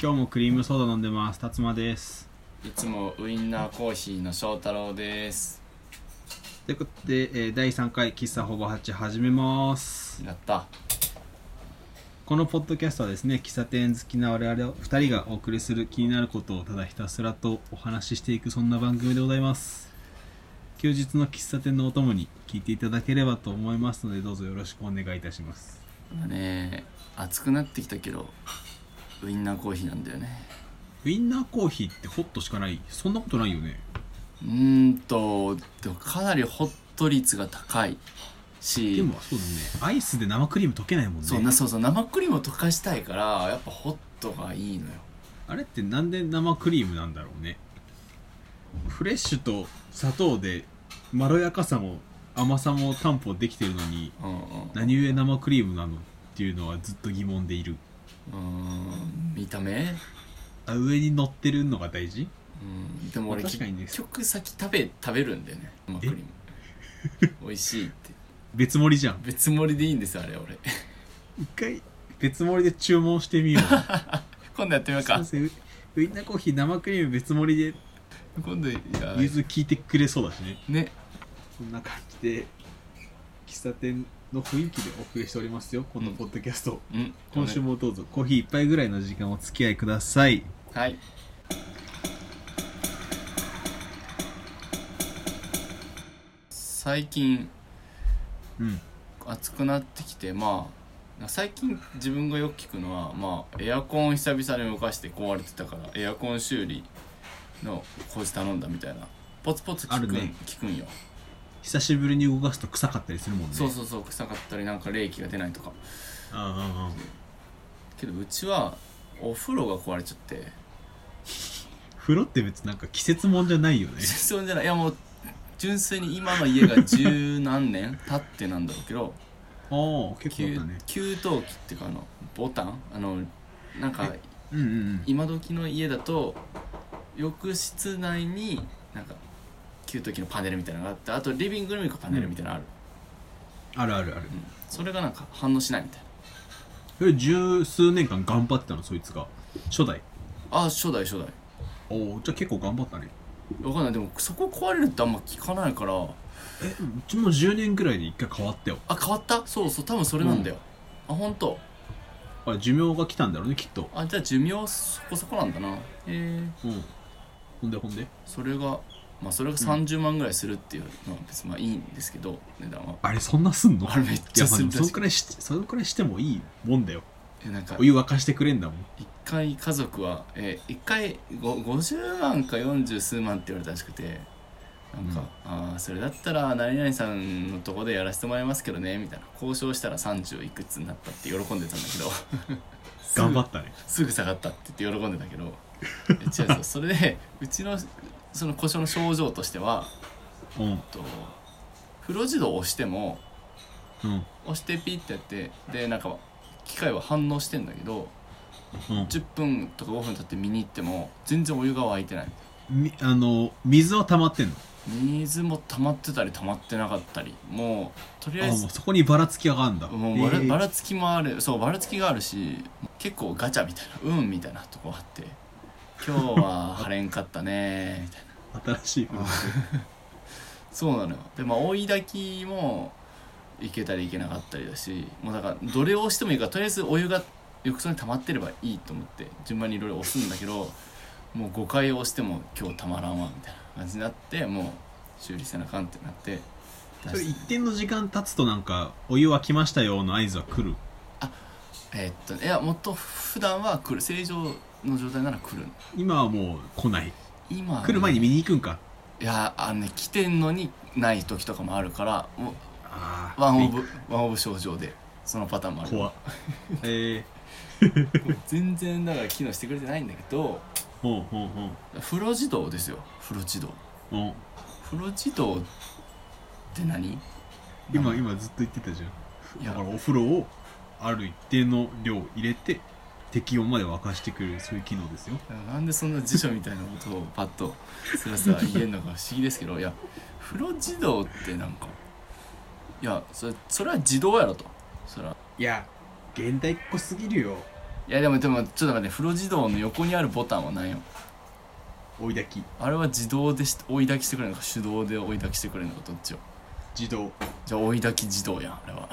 今日もクリームソーダ飲んでます辰馬ですいつもウインナーコーヒーの翔太郎です。ということで、えー第3回喫茶ほぼ8始めますやった。このポッドキャストはですね喫茶店好きな我々2人がお送りする気になることをただひたすらとお話ししていくそんな番組でございます休日の喫茶店のお供に聞いていただければと思いますのでどうぞよろしくお願いいたします今ね、暑くなってきたけど、ウインナーコーヒーなんだよね。ウィンナーコーヒーってホットしかないそんなことないよねうーんと、でもかなりホット率が高いし、でもそうだねアイスで生クリーム溶けないもんねそうなそうそう生クリームを溶かしたいからやっぱホットがいいのよ。あれってなんで生クリームなんだろうねフレッシュと砂糖でまろやかさも甘さも担保できてるのにうん何故生クリームなのっていうのはずっと疑問でいるうん。うーん見た目？あ上に乗ってるのが大事うん。でも俺まあ確結かにね局先食べ食べるんだよね。生クリー ム。美味しいって別盛りじゃん別盛りでいいんですよあれ俺。一回別盛りで注文してみよ う今度やってみようすいかま。せんウウインナーコーヒー生クリーム別盛りで今度いや融通聞いてくれそうだしねねそんな感じで喫茶店の雰囲気でお送りしておりますよこのポッドキャスト、うん今週もどうぞコーヒー一杯ぐらいの時間お付き合いくださいはい最近うん暑くなってきてまあ最近自分がよく聞くのはまあエアコン久々に動かして壊れてたからエアコン修理の工事頼んだみたいなポツポツ聞くあるん、ね聞くんよ久しぶりに動かすと臭かったりするもんねそうそうそう臭かったりなんか冷気が出ないとかああけどうちはお風呂が壊れちゃって風呂って別になんか季節もんじゃないよねそうじゃないいやもう純粋に今の家が十何年経ってなんだろうけど ああ結構給だね給湯器っていうかあのボタンあのなんかうんうんうん今時の家だと浴室内になんか給湯器のパネルみたいなのがあってあとリビングルームにパネルみたいなのある、あるあるあるうんそれがなんか反応しないみたいなそれ十数年間頑張ってたのそいつが初代あ初代初代おおじゃあ結構頑張ったねわかんないでもそこ壊れるってあんま聞かないからえうちも10年ぐらいで一回変わったよあ変わったそうそう多分それなんだよ、あ本当あれ寿命が来たんだろうねきっとあじゃあ寿命そこそこなんだなへえうんほんでほんでそれがまあそれが30万ぐらいするっていうのは別にまあいいんですけど値段はあれそんなすんのあれ めっちゃするいやまあでもそんくらいしそのくらいしてもいいもんだよえなんかお湯沸かしてくれんだもん一回家族は、えー、一回ご50万か40数万って言われたらしくてなんか、ああそれだったら何々さんのとこでやらせてもらいますけどねみたいな交渉したら30いくつになったって喜んでたんだけど すぐ 頑張ったねすぐ下がったって言って喜んでたけ どえ違う違うそれでうちのその故障の症状としてはうんえっと風呂自動を押してもうん押してピッてやってでなんか機械は反応してんだけどうん10分とか5分経って見に行っても全然お湯が沸いてないみあの水は溜まってんの水も溜まってたり溜まってなかったりもうとりああえもずうそこにばらつきがあるんだもうばら,、えーばらつきもあるそうばらつきがあるし結構ガチャみたいな運みたいなとこあって今日は晴れんかったねみたいな新しい風呂そうなのよでまあ追い炊きもいけたりいけなかったりだしもうだからどれを押してもいいからとりあえずお湯が浴槽に溜まってればいいと思って順番にいろいろ押すんだけどもう5回押しても今日たまらんわみたいな感じになってもう修理せなあかんってなってそれ一定の時間経つとなんかお湯沸きましたよの合図は来るえーっといやもっと普段は来る正常の状態なら来る今はもう来ない今はね来る前に見に行くんかいやあのね来てんのにない時とかもあるからもうあワンオブワンオブ症状でそのパターンもある怖っえ全然だから機能してくれてないんだけどー、ほうほうほう風呂自動ですよ風呂自動ほう風呂自動って何今うん今ずっと言ってたじゃんいだやからお風呂をある一定の量入れて適温まで沸かしてくれるそういう機能ですよなんでそんな辞書みたいなことをパッとすらすら言えるのか不思議ですけどいや風呂自動ってなんかいやそれそれは自動やろとそれはいや現代っ子すぎるよいやでもでもちょっと待って風呂自動の横にあるボタンは何や追い炊きあれは自動でし追い抱きしてくれるのか手動で追い抱きしてくれるのかどっちを自動じゃあ追い抱き自動やんあれは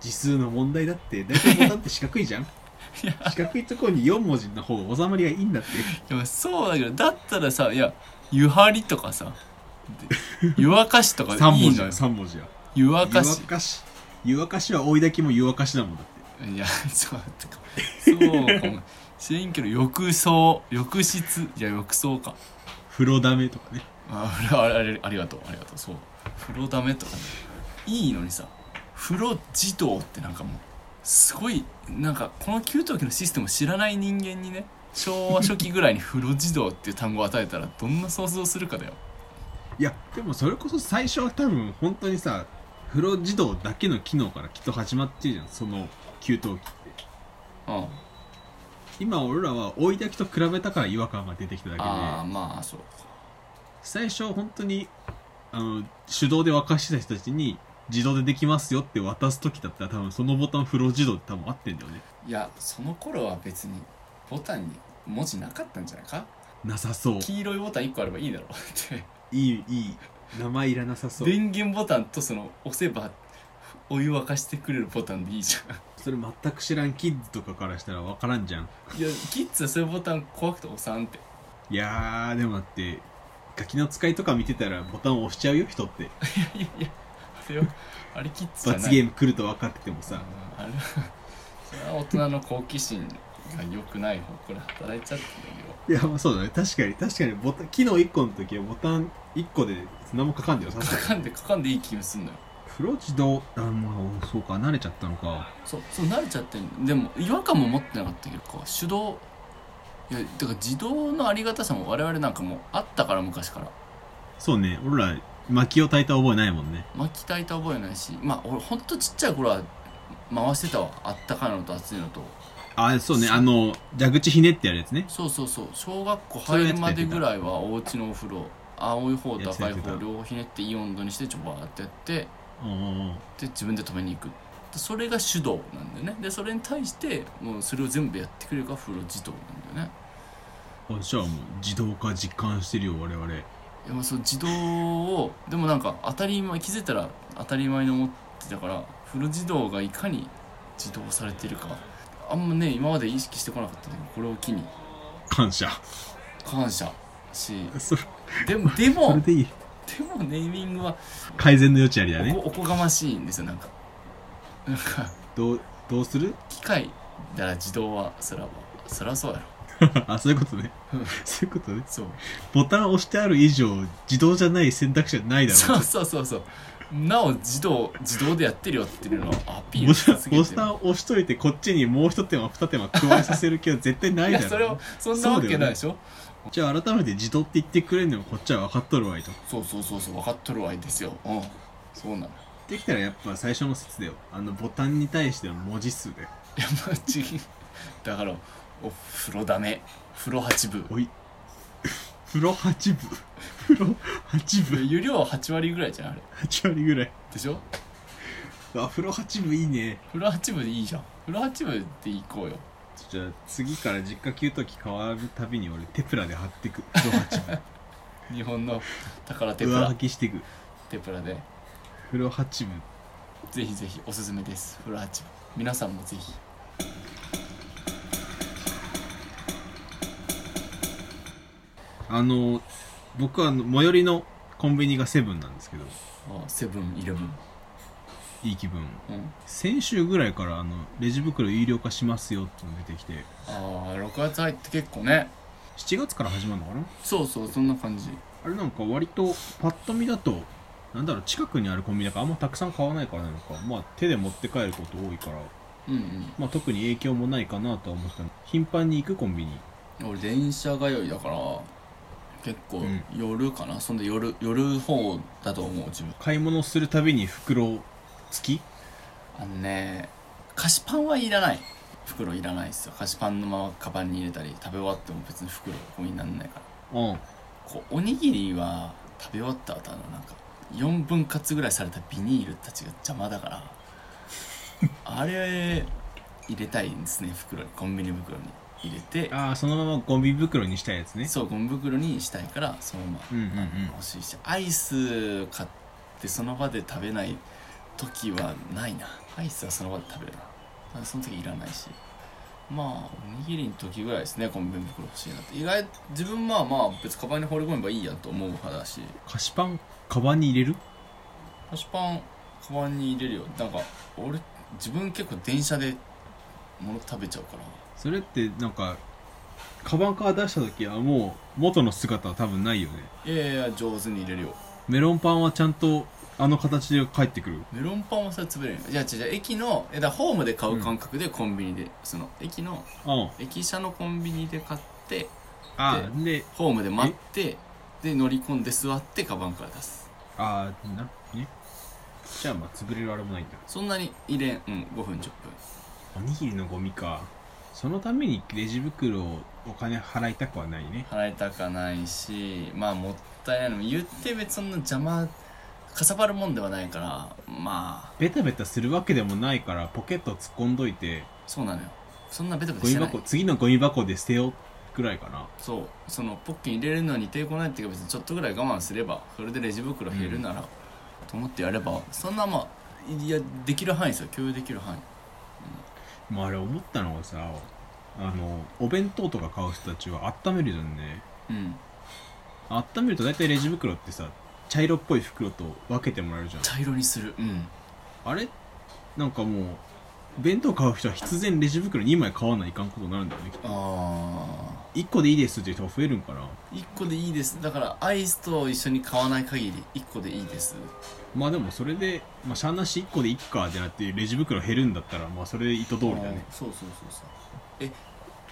字数の問題だって大体ボタンって四角いじゃん四角いところに4文字の方が収まりがいいんだってでもそうだけどだったらさいや湯張りとかさで湯沸かしとか3でい文い字のやよ3文字や湯湯沸かし沸かし湯沸かしは追いだきも湯沸かしだもんだっていやそうだったかそうかもしれんけど浴槽浴室いや浴槽か風呂ダメとかねああれあれあれありがとうありがとうそう風呂ダメとかねいいのにさ風呂自動ってなんかもうすごいなんかこの給湯器のシステムを知らない人間にね昭和初期ぐらいに風呂自動っていう単語を与えたらどんな想像するかだよいやでもそれこそ最初は多分本当にさ風呂自動だけの機能からきっと始まってるじゃんその給湯器ってうんあ今俺らは追いだきと比べたから違和感が出てきただけであーまあそう最初本当にあの手動で沸かしてた人たちに自動でできますよって渡す時だったら多分そのボタン風呂自動って多分合ってんだよねいやその頃は別にボタンに文字なかったんじゃないかなさそう黄色いボタン1個あればいいだ ろうっていいいい名前いらなさそう電源ボタンとその押せばお湯沸かしてくれるボタンでいいじゃんそれ全く知らんキッズとかからしたら分からんじゃんいやキッズはそういうボタン怖くて押さんって いやーでもだってガキの使いとか見てたらボタンを押しちゃうよ人っていやいやあれよあれキッズじゃない罰ゲーム来ると分かっててもうんさあれはそれは大人の好奇心が良くない方向で働いちゃってるよいやまあそうだね確かに確かにボタン機能1個の時はボタン1個で何もかかんだよさすかがかにんでかかんでいい気がすんのよ風呂自動あまあそうか慣れちゃったのかそうそう慣れちゃってんでも違和感も持ってなかったけどこう手動いやだから自動のありがたさも我々なんかもうあったから昔からそうね俺ら薪を焚いた覚えないもんね巻き焚いた覚えないしまあ俺ほんとちっちゃい頃は回してたわあったかいのと熱いのとあそうねそうあの蛇口ひねってやるやつねそうそうそう小学校入るまでぐらいはお家のお風呂青い方と赤いやってたや方ってた両方ひねっていい温度にしてちょバーってやってうんうんうんで自分で止めに行くでそれが手動なんだよねでそれに対してもうそれを全部やってくれるから風呂自動なんだよねあじゃあもう自動化実感してるよ我々いやまあその自動をでもなんか当たり前気づいたら当たり前に思ってたからフル自動がいかに自動されてるかあんまね今まで意識してこなかったんだけどこれを機に感 謝感謝しそれ でもでそれもでいいでもネーミングは改善の余地ありだおねこおこがましいんですよなんかなんかどうどうす る機械なら自動はそらはそらそうやろあそういうことねうんそういうことねそうボタンを押してある以上自動じゃない選択肢はないだろそうそうそうそうなお自動自動でやってるよっていうのをアピーボルタしンすぎボてるタンを押しといてこっちにもう一手間二手間加えさせる気は絶対ないいだやろそれをそんなわけないでしょじゃあ改めて自動って言ってくれんでもこっちは分かっとるわいとそうそうそうそう分かっとるわいですようんそうなのいできたらやっぱ最初の説だよあのボタンに対しての文字数でやマジ だからお風呂ダメ風呂8分おい 風呂8分風呂8分湯量は8割ぐらいじゃんあれ8割ぐらいでしょあ風呂8分いいね風呂8分でいいじゃん風呂8分で行こうよじゃあ次から実家給湯器変わるたびに俺テプラで貼ってく風呂8分日本の宝 テプ上ラ履きしてくテプラで風呂8分ぜひぜひおすすめです風呂8分皆さんもぜひあの僕はあの最寄りのコンビニがセブンなんですけどあセブンイレブンいい気分うん先週ぐらいからあのレジ袋有料化しますよっての出てきてああ6月入って結構ね7月から始まるのかなそうそうそんな感じあれなんか割とパッと見だとなんだろう近くにあるコンビニだからあんまたくさん買わないからなのかまあ手で持って帰ること多いからうんうんまあ特に影響もないかなとは思ったの頻繁に行くコンビニ俺電車通いだから結構うん夜かな、そんで夜夜方だと思う自分買い物するたびに袋付きあのね菓子パンはいらない袋いらないですよ菓子パンのままカバンに入れたり食べ終わっても別に袋ゴミにならないからうんこうおにぎりは食べ終わった後のなんか4分 割ぐらいされたビニールたちが邪魔だからあれ入れたいんですね袋にコンビニ袋に入れてああそのままゴミ袋にしたやつねそうゴミ袋にしたいからそのまま、うんうんうんあの欲しいしアイス買ってその場で食べない時はないなアイスはその場で食べるなだからその時いらないしまあおにぎりの時ぐらいですねコンビニ袋欲しいなって意外自分まあまあ別にカバンに放り込めばいいやと思う派だし菓子パンカバンに入れる菓子パンカバンに入れるよなんか俺自分結構電車で物食べちゃうからそれってなんかカバンから出した時はもう元の姿は多分ないよねいやいや上手に入れるよメロンパンはちゃんとあの形で帰ってくるメロンパンはそれ潰れるよいや違う違う駅のえだからホームで買う感覚でコンビニで、その駅のうん駅舎のコンビニで買ってああでホームで待ってで乗り込んで座ってカバンから出すああなねじゃあまあ潰れるあれもないんだそんなに入れん、うん、5分10分おにぎりのゴミかそのためにレジ袋をお金払いたくはないね払いたかないしまあもったいないのも言って別にそんな邪魔かさばるもんではないからまあベタベタするわけでもないからポケット突っ込んどいてそうなのよそんなベタベタゴしミてない箱次のゴミ箱で捨てようくらいかなそうそのポッケに入れるのに抵抗ないっていうか別にちょっとぐらい我慢すればそれでレジ袋減るなら、と思ってやればそんなまあいやできる範囲ですよ共有できる範囲まああれ思ったのがさあのお弁当とか買う人たちは温めるじゃんねうん温めると大体レジ袋ってさ茶色っぽい袋と分けてもらえるじゃん茶色にするうんあれなんかもう弁当買う人は必然レジ袋2枚買わないかんことになるんだよねきっとあ1個でいいですっていう人が増えるんかな1個でいいですだからアイスと一緒に買わない限り1個でいいですまあでもそれで、まあ、シャンなし1個でいっかってなってレジ袋減るんだったらまあそれで意図通りだねあーそうそうそうそうえ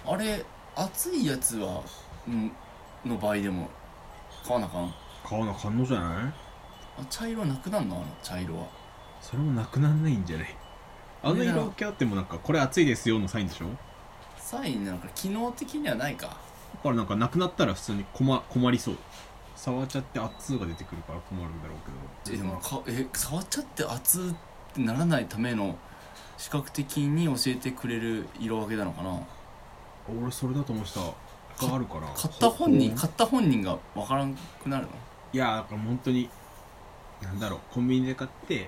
あれ熱いやつは、うん、の場合でも買わなあかん買わな感動じゃないあ茶色なくなんのあの茶色はそれもなくなんないんじゃないあの色気あってもなんかこれ熱いですよのサインでしょサインなんか機能的にはないかだからなんかなくなったら普通に困困りそう触っちゃって熱が出てくるから困るんだろうけえどでもかえ触っちゃって熱ってならないための視覚的に教えてくれる色分けなのかな俺それだと思ってたがあるから買った本人ほ買った本人が分からんくなるのいやだから本当になんだろうコンビニで買って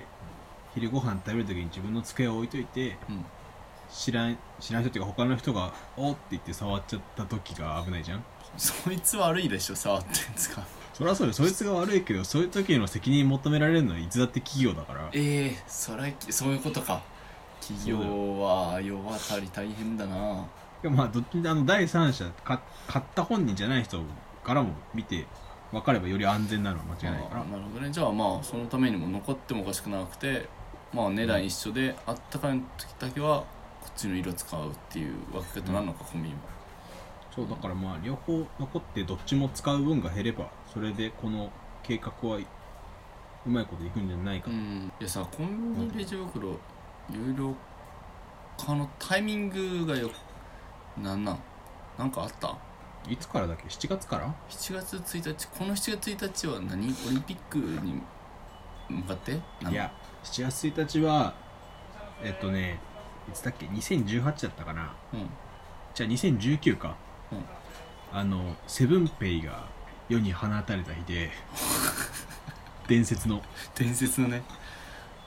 昼ご飯食べる時に自分の机を置いといてうん知らん知らん人っていうか他の人が「おっ」って言って触っちゃった時が危ないじゃんそいつ悪いでしょ触ってんすかそりゃそうよそいつが悪いけどそういう時への責任求められるのはいつだって企業だからええー、それそういうことか企業は世渡り大変だなまあどっちあの第三者か買った本人じゃない人からも見て分かればより安全なのは間違いないかあらーなるほどねじゃあまあそのためにも残ってもおかしくなくてまあ値段一緒であったかい時だけはこっちの色使うっていう分け方なのか、コンビニもそうだからまあ両方残ってどっちも使う分が減ればそれでこの計画はうまいこといくんじゃないかうんいやさコンビニレジ袋有料化のタイミングがよなんなんなんかあったいつからだっけ7月から7月1日この7月1日は何オリンピックに向かってなんいや7月1日はえっとねいつだっけ2018だったかなうんじゃあ2019か、うんあのセブンペイが世に放たれた日 で伝説の伝説のね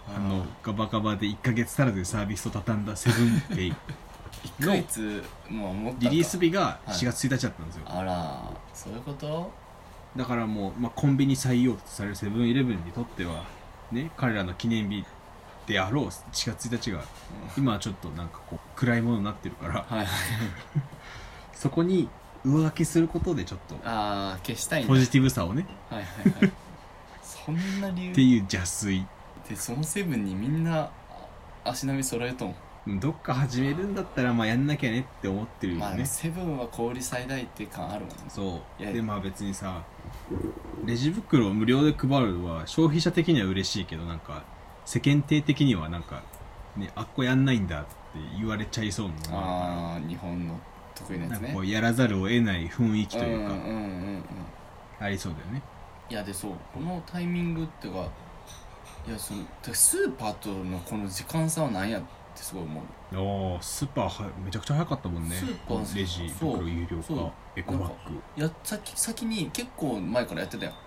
あのガバガバで1ヶ月足らずでサービスを畳んだセブンペイ 1ヶ月もう思ったリかリース日がはい4月1日だったんですよ、あらそういうことだからもう、まあ、コンビニ採用とされるセブンイレブンにとってはね彼らの記念日であろう4月1日が今はちょっとなんかこう暗いものになってるからはいはいそこに上書きすることでちょっとああ消したいんだポはジティブさをねいはい はいそんな理由っていう邪推でそのセブンにみんなあ足並み揃えとんうんどっか始めるんだったらまあやんなきゃねって思ってるよまあねセブンは小売最大って感あるもんねそういやでまあ別にさレジ袋を無料で配るのは消費者的には嬉しいけどなんか世間体的にはなんかねあっこやんないんだって言われちゃいそうなのがああ日本の得意なやなんつかねこうやらざるを得ない雰囲気というかんうんうんうんありそうだよねいやでそうこのタイミングっていうかいやそのてかスーパーとのこの時間差は何やっってすごい思うああスーパーはめちゃくちゃ早かったもんねスーパーレジそう袋有料そう化エコバッグや先先に結構前からやってたやん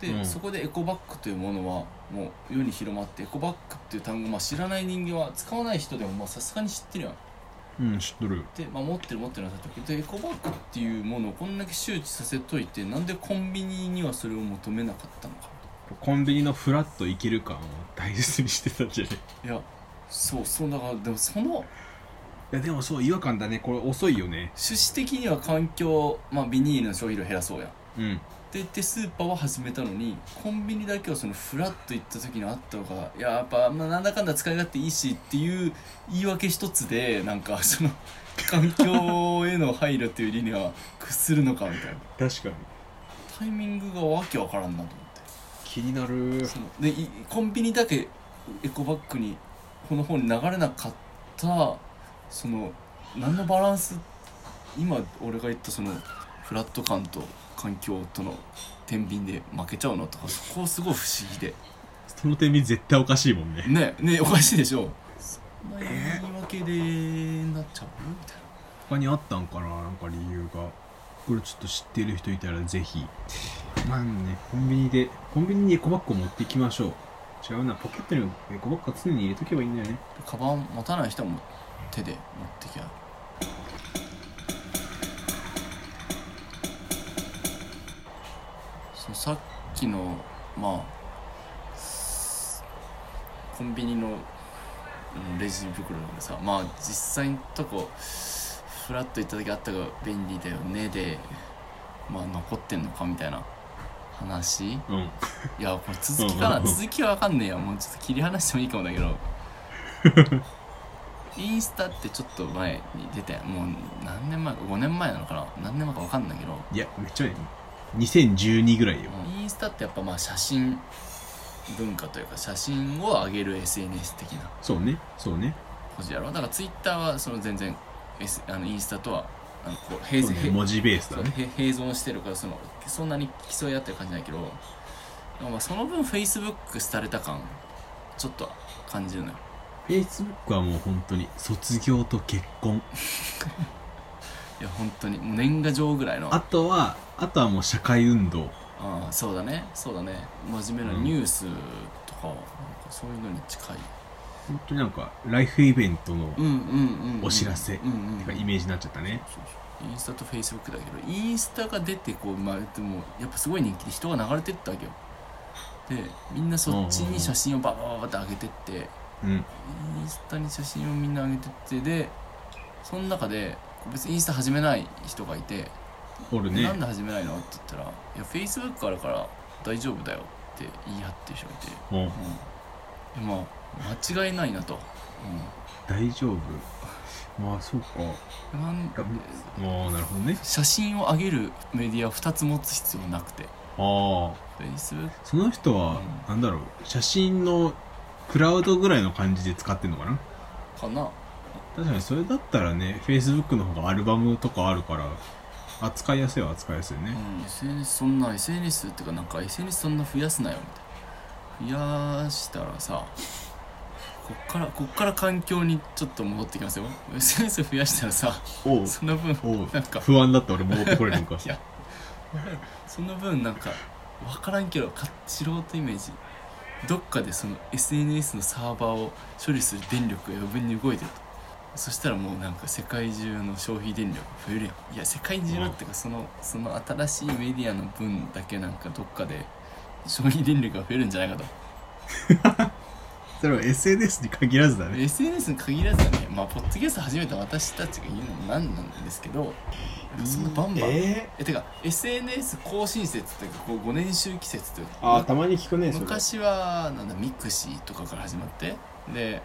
で、うんそこでエコバッグというものはもう世に広まってエコバッグっていう単語、まあ、知らない人間は使わない人でもまあさすがに知ってるやんうん知っとるで、まあ、持ってる持ってるのはさておきでエコバッグっていうものをこんだけ周知させといてなんでコンビニにはそれを求めなかったのかコンビニのフラッと行ける感を大切にしてたんじゃ ねいやそうそうだからでもそのいやでもそう違和感だねこれ遅いよね趣旨的には環境、まあ、ビニールの消費量減らそうやんうんででスーパーは始めたのにコンビニだけはそのフラッと行った時にあったのがいややっぱ、まあ、なんだかんだ使い勝手いいしっていう言い訳一つでなんかその 環境への配慮という理念は屈するのかみたいな確かにタイミングがわけわからんなと思って。気になるそのでいコンビニだけエコバッグにこの方に流れなかったその何のバランス今俺が言ったそのフラット感と環境との天秤で負けちゃうのとかそこすごい不思議でその点に絶対おかしいもんねねねおかしいでしょそんな言い訳でなっちゃうみたいな他にあったんかななんか理由がこれちょっと知ってる人いたらぜひまあねコンビニでコンビニにエコバッグを持っていきましょう違うなポケットにエコバッグは常に入れとけばいいんだよねカバン持たない人はもう手で持ってきゃそのさっきのまあすコンビニのうんレジ袋のさまあ実際のとこフラッと行った時あったが便利だよねでまあ残ってんのかみたいな話いうんやこれ続きかうなんうんうん続きは分かんねえやもうちょっと切り離してもいいかもだけどインスタってちょっと前に出たやんもう何年前か5年前なのかな何年前か分かんないけどいやめっちゃいい2012ぐらいよインスタってやっぱまあ写真文化というか写真を上げる SNS 的なそうねそうねこじやろだからツイッターはその全然、S、あのインスタとはあのこう並そうね存文字ベースそだうねへ並存してるからそのそんなに競い合ってる感じないけどまあその分フェイスブック廃れた感ちょっと感じるのよ Facebook はもう本当に卒業と結婚いや本当にもう年賀状ぐらいのあとはあとはもう社会運動ああそうだねそうだね真面目なニュースとか,、なんかそういうのに近い本当になんかライフイベントのうんうんうんうん、お知らせうんうんうんなんかイメージになっちゃったねそうそうインスタとフェイスブックだけどインスタが出てこうまあでもやっぱすごい人気で人が流れてったわけよでみんなそっちに写真をババババって上げてってうんインスタに写真をみんな上げてってでその中で別にインスタ始めない人がいて、おるなねんで始めないのって言ったら「いやフェイスブックあるから大丈夫だよ」って言い張ってる人がいて、もううん、でまあ間違いないなと、大丈夫まあそうかうん、なんもうなるほどね写真を上げるメディアを2つ持つ必要なくてああフェイスブックその人はうんなんだろう写真のクラウドぐらいの感じで使ってんのかなかな確かにそれだったらね Facebook の方がアルバムとかあるから扱いやすいは扱いやすいね、うん、SNS そんな SNS っていうかなんか SNS そんな増やすなよみたいな増やしたらさこっからこっから環境にちょっと戻ってきますよ SNS 増やしたらさおうその分おうなんか不安だった俺戻ってこれるのかいやその分なんか分からんけどか素人イメージどっかでその SNS のサーバーを処理する電力が余分に動いてるとそしたらもうなんか世界中の消費電力増えるやんいや世界中のっていうかそのその新しいメディアの分だけなんかどっかで消費電力が増えるんじゃないかとそれは SNS に限らずだね SNS に限らずはねまあポッドキャスト始めた私たちが言うのもなんなんですけどそんなバンバンええてか SNS 更新説っていうかこう5年周期説というかああたまに聞くねそれ昔はなんだミクシーとかから始まってで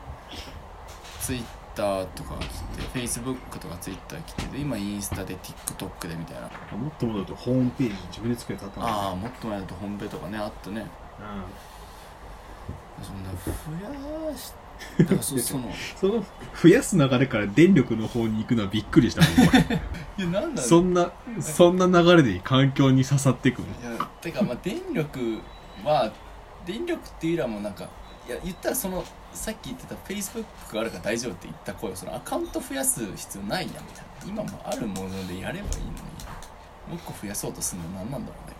ツイッターとかが来てフェイスブックとかツイッター来てで今インスタで TikTok でみたいなもっともだとホームページ自分で作れたったああもっと前だと本部とかねあったねあそんな増や しだからそそのその増やす流れから電力の方に行くのはびっくりしたもん俺いやなんだろうそんなそんな流れで環境に刺さっていくもんいやてかまあ電力は電力っていうよりはもうなんかいや言ったらそのさっき言ってたフェイスブックがあるから大丈夫って言った声をそのアカウント増やす必要ないやんみたいな今もあるものでやればいいのにもう一個増やそうとするの何なんだろうね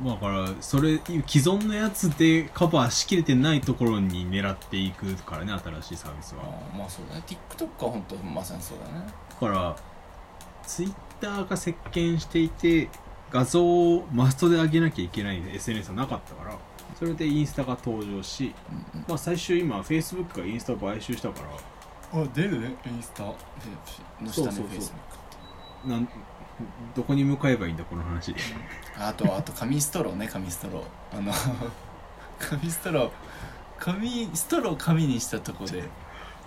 まあだからそれ既存のやつでカバーしきれてないところに狙っていくからね新しいサービスあはあまあそうだね TikTok は本当まさにそうだねだからツイッターが席巻していて画像をマストで上げなきゃいけない SNS はなかったからそれでインスタが登場し、うんまあ、最終今 Facebook がインスタを買収したからうんあ出るねインスタの下そうのそうそうフェイスブッなクんどこに向かえばいいんだこの話あとあと紙ストローね紙ストローあの 紙ストロー紙ストローを紙にしたとこで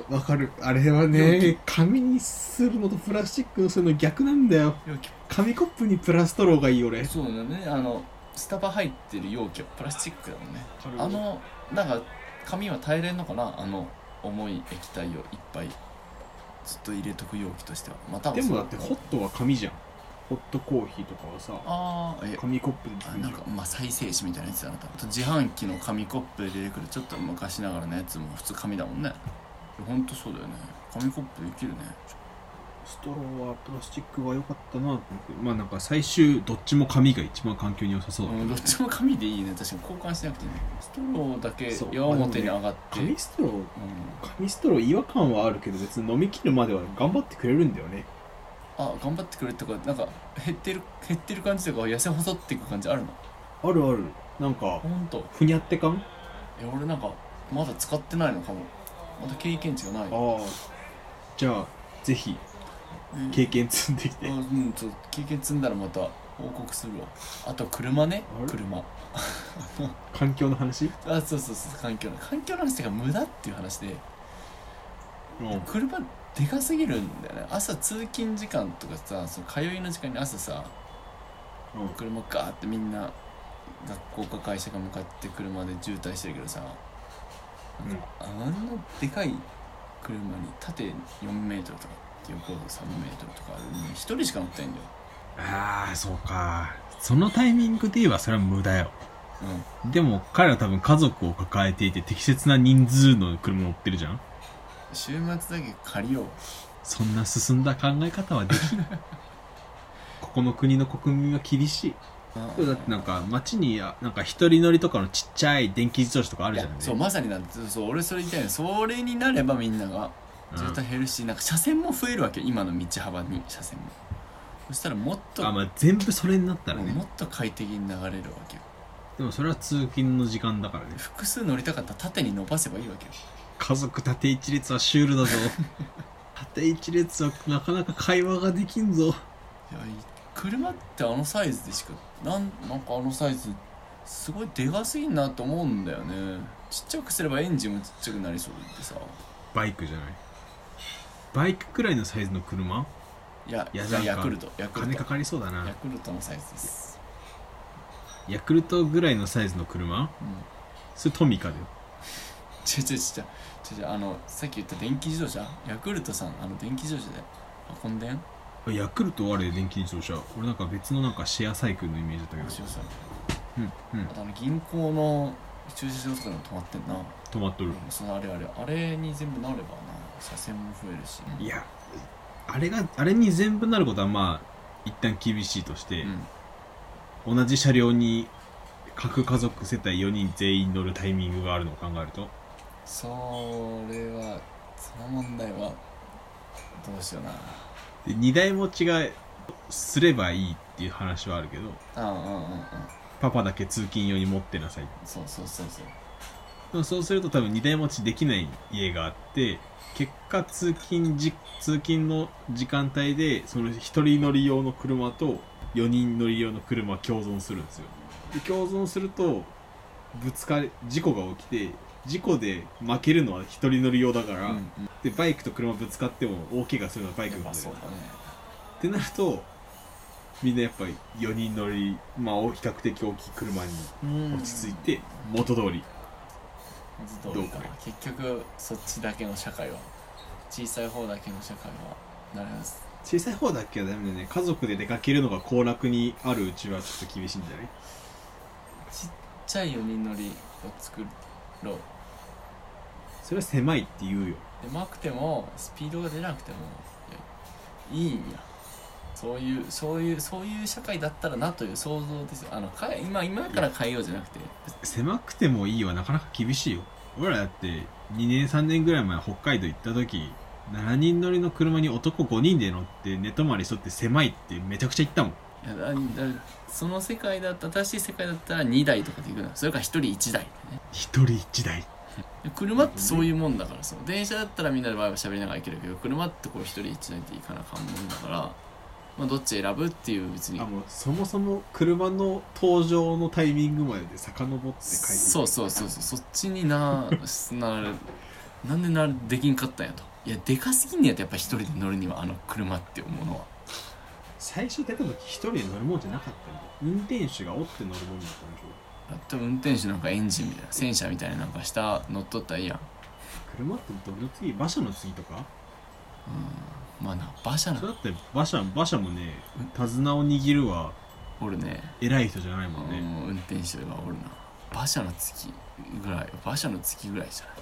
わかるあれはね紙にするのとプラスチックのするの逆なんだよ容器紙コップにプラストローがいい俺そうだよねあのスタバ入ってる容器はプラスチックだもんねあのなんか紙は耐えれんのかなあの重い液体をいっぱいずっと入れとく容器としてはまたでもだってホットは紙じゃんホットコーヒーとかはさああえ紙コップであ作るなじゃんんかまあ再生紙みたいなやつだな多分あと自販機の紙コップで出てくるちょっと昔ながらのやつも普通紙だもんねほんとそうだよね紙コップできるねストローはプラスチックは良かったなと思ってまあなんか最終どっちも紙が一番環境に良さそうだ、うんどっちも紙でいいね確かに交換しなくていいねストローだけそう矢面に上がって、紙ストローうん紙ストロー違和感はあるけど別に飲み切るまでは頑張ってくれるんだよねあ頑張ってくれとかなんか減ってる減ってる感じとか痩せ細っていく感じあるのあるあるなんかほんとふにゃって感え俺なんかまだ使ってないのかもまだ経験値がないああじゃあぜひうん経験積んできあて、うんちょっと経験積んだらまた報告するわあと車ねあれ車環境の話あそうそうそう環境の環境の話が無駄っていう話でうん車でかすぎるんだよね朝通勤時間とかさその通いの時間に朝さ車ガーってみんな学校か会社か向かって車で渋滞してるけどさ、なんかあんなでかい車に縦4メートルとか横3メートルとかあるのに1人しか乗ってないんだよ、ああそうかそのタイミングで言えばそれは無駄ようん、でも彼は多分家族を抱えていて適切な人数の車乗ってるじゃん週末だけ借りようそんな進んだ考え方はできない ここの国の国民は厳しいそうだってなんか街にあなんか一人乗りとかのちっちゃい電気自動車とかあるいじやゃんねそうまさになんてそうそう俺それ言いたいのそれになればみんながうん渋滞減るし、なんか車線も増えるわけ今の道幅に車線もそしたらもっと、あまあ全部それになったらねもっと快適に流れるわけよでもそれは通勤の時間だからね複数乗りたかったら縦に伸ばせばいいわけよ家族縦一列はシュー ルだぞ縦一列はなかなか会話ができんぞいやい車ってあのサイズでしかなんなんかあのサイズすごいでかすぎんなと思うんだよねちっちゃくすればエンジンもちっちゃくなりそうでさバイクじゃないバイクくらいのサイズの車いやいやいやなんヤかクルトヤクル金トかかりそうだなヤクルトのサイズです、ヤクルトぐらいのサイズの車うん、それトミカだよちょちょちょちょちょあのさっき言った電気自動車ヤクルトさんあの電気自動車で運んでんヤクルトあれ電気自動車俺なんか別のなんかシェアサイクルのイメージだったけど面白さうんうんあとあの銀行の駐車場とかでも止まってんな止まっとるそのあれあれあれに全部なればな車線も増えるしいやあれがあれに全部なることはまあ一旦厳しいとしてう、ん同じ車両に各家族世帯4人全員乗るタイミングがあるのを考えるとそれはその問題はどうしようなで荷台持ちがすればいいっていう話はあるけどうんうんうんうんパパだけ通勤用に持ってなさいそうそうそうそうでもそうすると多分荷台持ちできない家があって結果通勤じ通勤の時間帯でその一人乗り用の車と4人乗り用の車は共存するんですよで共存するとぶつかり事故が起きて事故で負けるのは一人乗り用だから、うんうんでバイクと車ぶつかっても大怪我するのはバイクやっの方ぱだそようだねってなるとみんなやっぱり4人乗りまあ比較的大きい車にうん落ち着いて元通りどうかどうか結局そっちだけの社会は小さい方だけの社会はなれます小さい方だけはダメだね家族で出かけるのが行楽にあるうちはちょっと厳しいんじゃないちっちゃい4人乗りを作ろうそれは狭いって言うよ狭くてもスピードが出なくてもいやいいんやそういうそういうそういう社会だったらなという想像ですよあのか今今から変えようじゃなくて狭くてもいいはなかなか厳しいよ俺らだって2年3年ぐらい前北海道行った時7人乗りの車に男5人で乗って寝泊まりしとって狭いってめちゃくちゃ言ったもんいやだだその世界だった新しい世界だったら2台とかで行くのそれから1人1台でね一人一台で車ってそういうもんだからその電車だったらみんなでバイバイ喋りながら行けるけど車ってこう1人1台って行かなあかんもんだから、まあ、どっち選ぶっていう別にあもうそもそも車の登場のタイミングまでで遡って書いてそうそうそうそうそっちにななるなんでなるできんかったんやといやでかすぎんねやとやっぱ一人で乗るにはあの車っていうものは最初出た時一人で乗るもんじゃなかったんだよ運転手がおって乗るもんだったんでしょだって運転手なんかエンジンみたいな戦車みたいななんか下乗っとったらいいやん、車ってどの次馬車の次とかうん、まあな馬車なそれだって馬車馬車もね手綱を握るはおるね偉い人じゃないうんもんね、運転手がおるな馬車の月ぐらい馬車の月ぐらいじゃない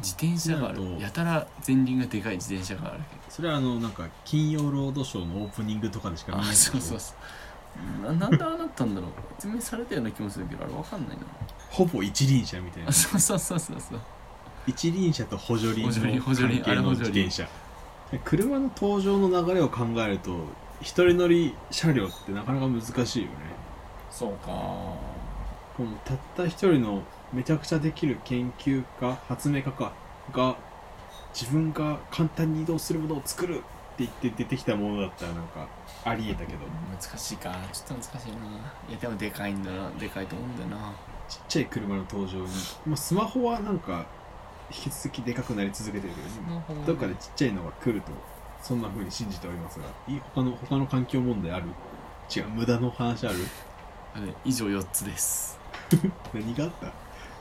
自転車があなんるとやたら前輪がでかい自転車があるけどそれはあのなんか金曜ロードショーのオープニングとかでしか見あないそうそうそうななんでああなったんだろう説明されたような気もするけどあれわかんないなほぼ一輪車みたいなあそうそうそうそうそう一輪車と補助輪の補助輪補助輪関係の自転車車の登場の流れを考えると一人乗り車両ってなかなか難しいよねそうかこのたった一人のめちゃくちゃできる研究家発明家かが自分が簡単に移動するものを作るって言って出てきたものだったらなんかありえたけど難しいかちょっと難しいないやでもでかいんだなでかいと思うんだよなちっちゃい車の登場に、まあ、スマホはなんか引き続きでかくなり続けてるけどねどっかでちっちゃいのが来るとそんな風に信じておりますがいい他の他の環境問題ある違う無駄の話あるあれ以上4つです何があった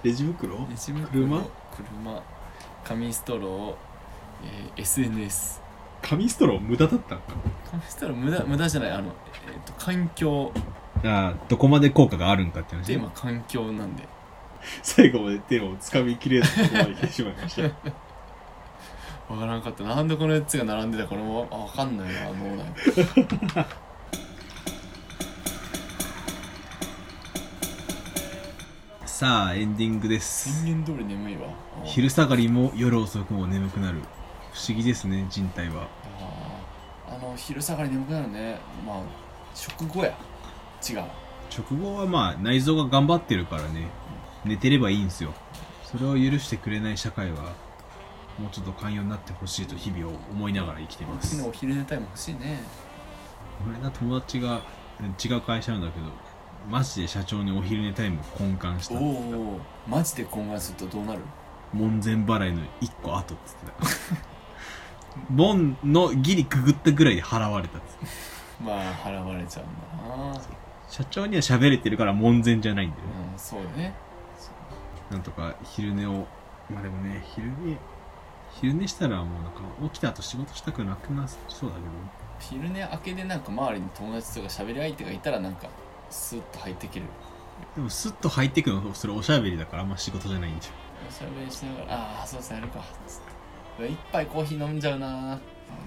レジ袋レジ袋車車紙ストロー、えー SNS 紙ストロー無駄だったんか紙ストロー無駄無駄じゃないあの、えー、と環境ああどこまで効果があるんかってテーマ環境なんで最後までテーマをつかみきれずここまで来てしまいましたわからんかったなんでこの4つが並んでたこれもあわかんないな脳内 さあエンディングです人間通り眠いわあー昼下がりも夜遅くも眠くなる不思議ですね人体はあーあの昼下がり眠くなるねまあ食後や違う直後はまあ内臓が頑張ってるからね寝てればいいんですよそれを許してくれない社会はもうちょっと寛容になってほしいと日々を思いながら生きてま昨す日お昼寝タイム欲しいね俺の友達が違う会社なんだけどマジで社長にお昼寝タイム根幹しおたおマジで懇願するとどうなる門前払いの1個後っつってた門のギリくぐったぐらいで払われたっつってまあ払われちゃうんだな社長には喋れてるから門前じゃないんだよねうんそうねなんとか昼寝をまあでもね昼寝昼寝したらもうなんか起きた後仕事したくなくなそうだけど昼寝明けでなんか周りに友達とか喋り相手がいたらなんかスッと入ってきるでもスッと入ってくのそれおしゃべりだからあんま仕事じゃないんじおしゃべりしながらああーそうですねやるかつって一杯コーヒー飲 んじゃうなゃん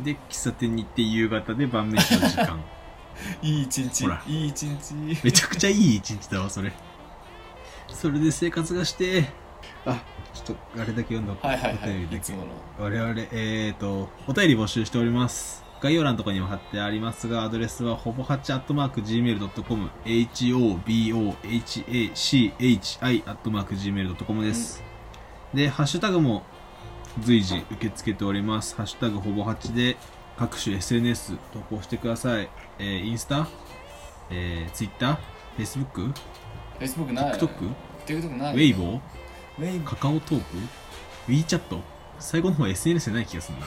で喫茶店に行って夕方で晩飯の時 間いい一日ほらいい一日めちゃくちゃいい一日だわそれそれで生活がしてあちょっとあれだけ読んだはいはいはおい便りいだつけもの我々、えー、と、お便り募集しております。概要欄のとかにも貼ってありますが、アドレスはほぼ8アットマーク Gmail.com、hobohachi アットマーク Gmail.com です。で、ハッシュタグも随時受け付けております。ハッシュタグほぼ8で各種 SNS 投稿してください。えー、インスタ、えー、ツイッター、フェイスブック、 Facebook ない TikTok TikTok ないウェイボー、ウェイボカカオトーク ?WeChat? 最後の方は SNS じゃない気がするな。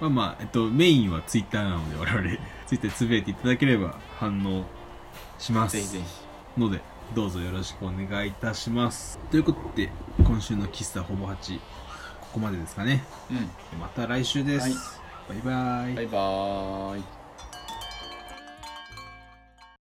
まあまあ、えっと、メインは Twitter なので、我々、Twitter でつぶやいていただければ反応します。ぜひぜひので、どうぞよろしくお願いいたします。ということで、今週の喫茶ほぼ8、ここまでですかね。うんまた来週です。バイバイ。バイバーイ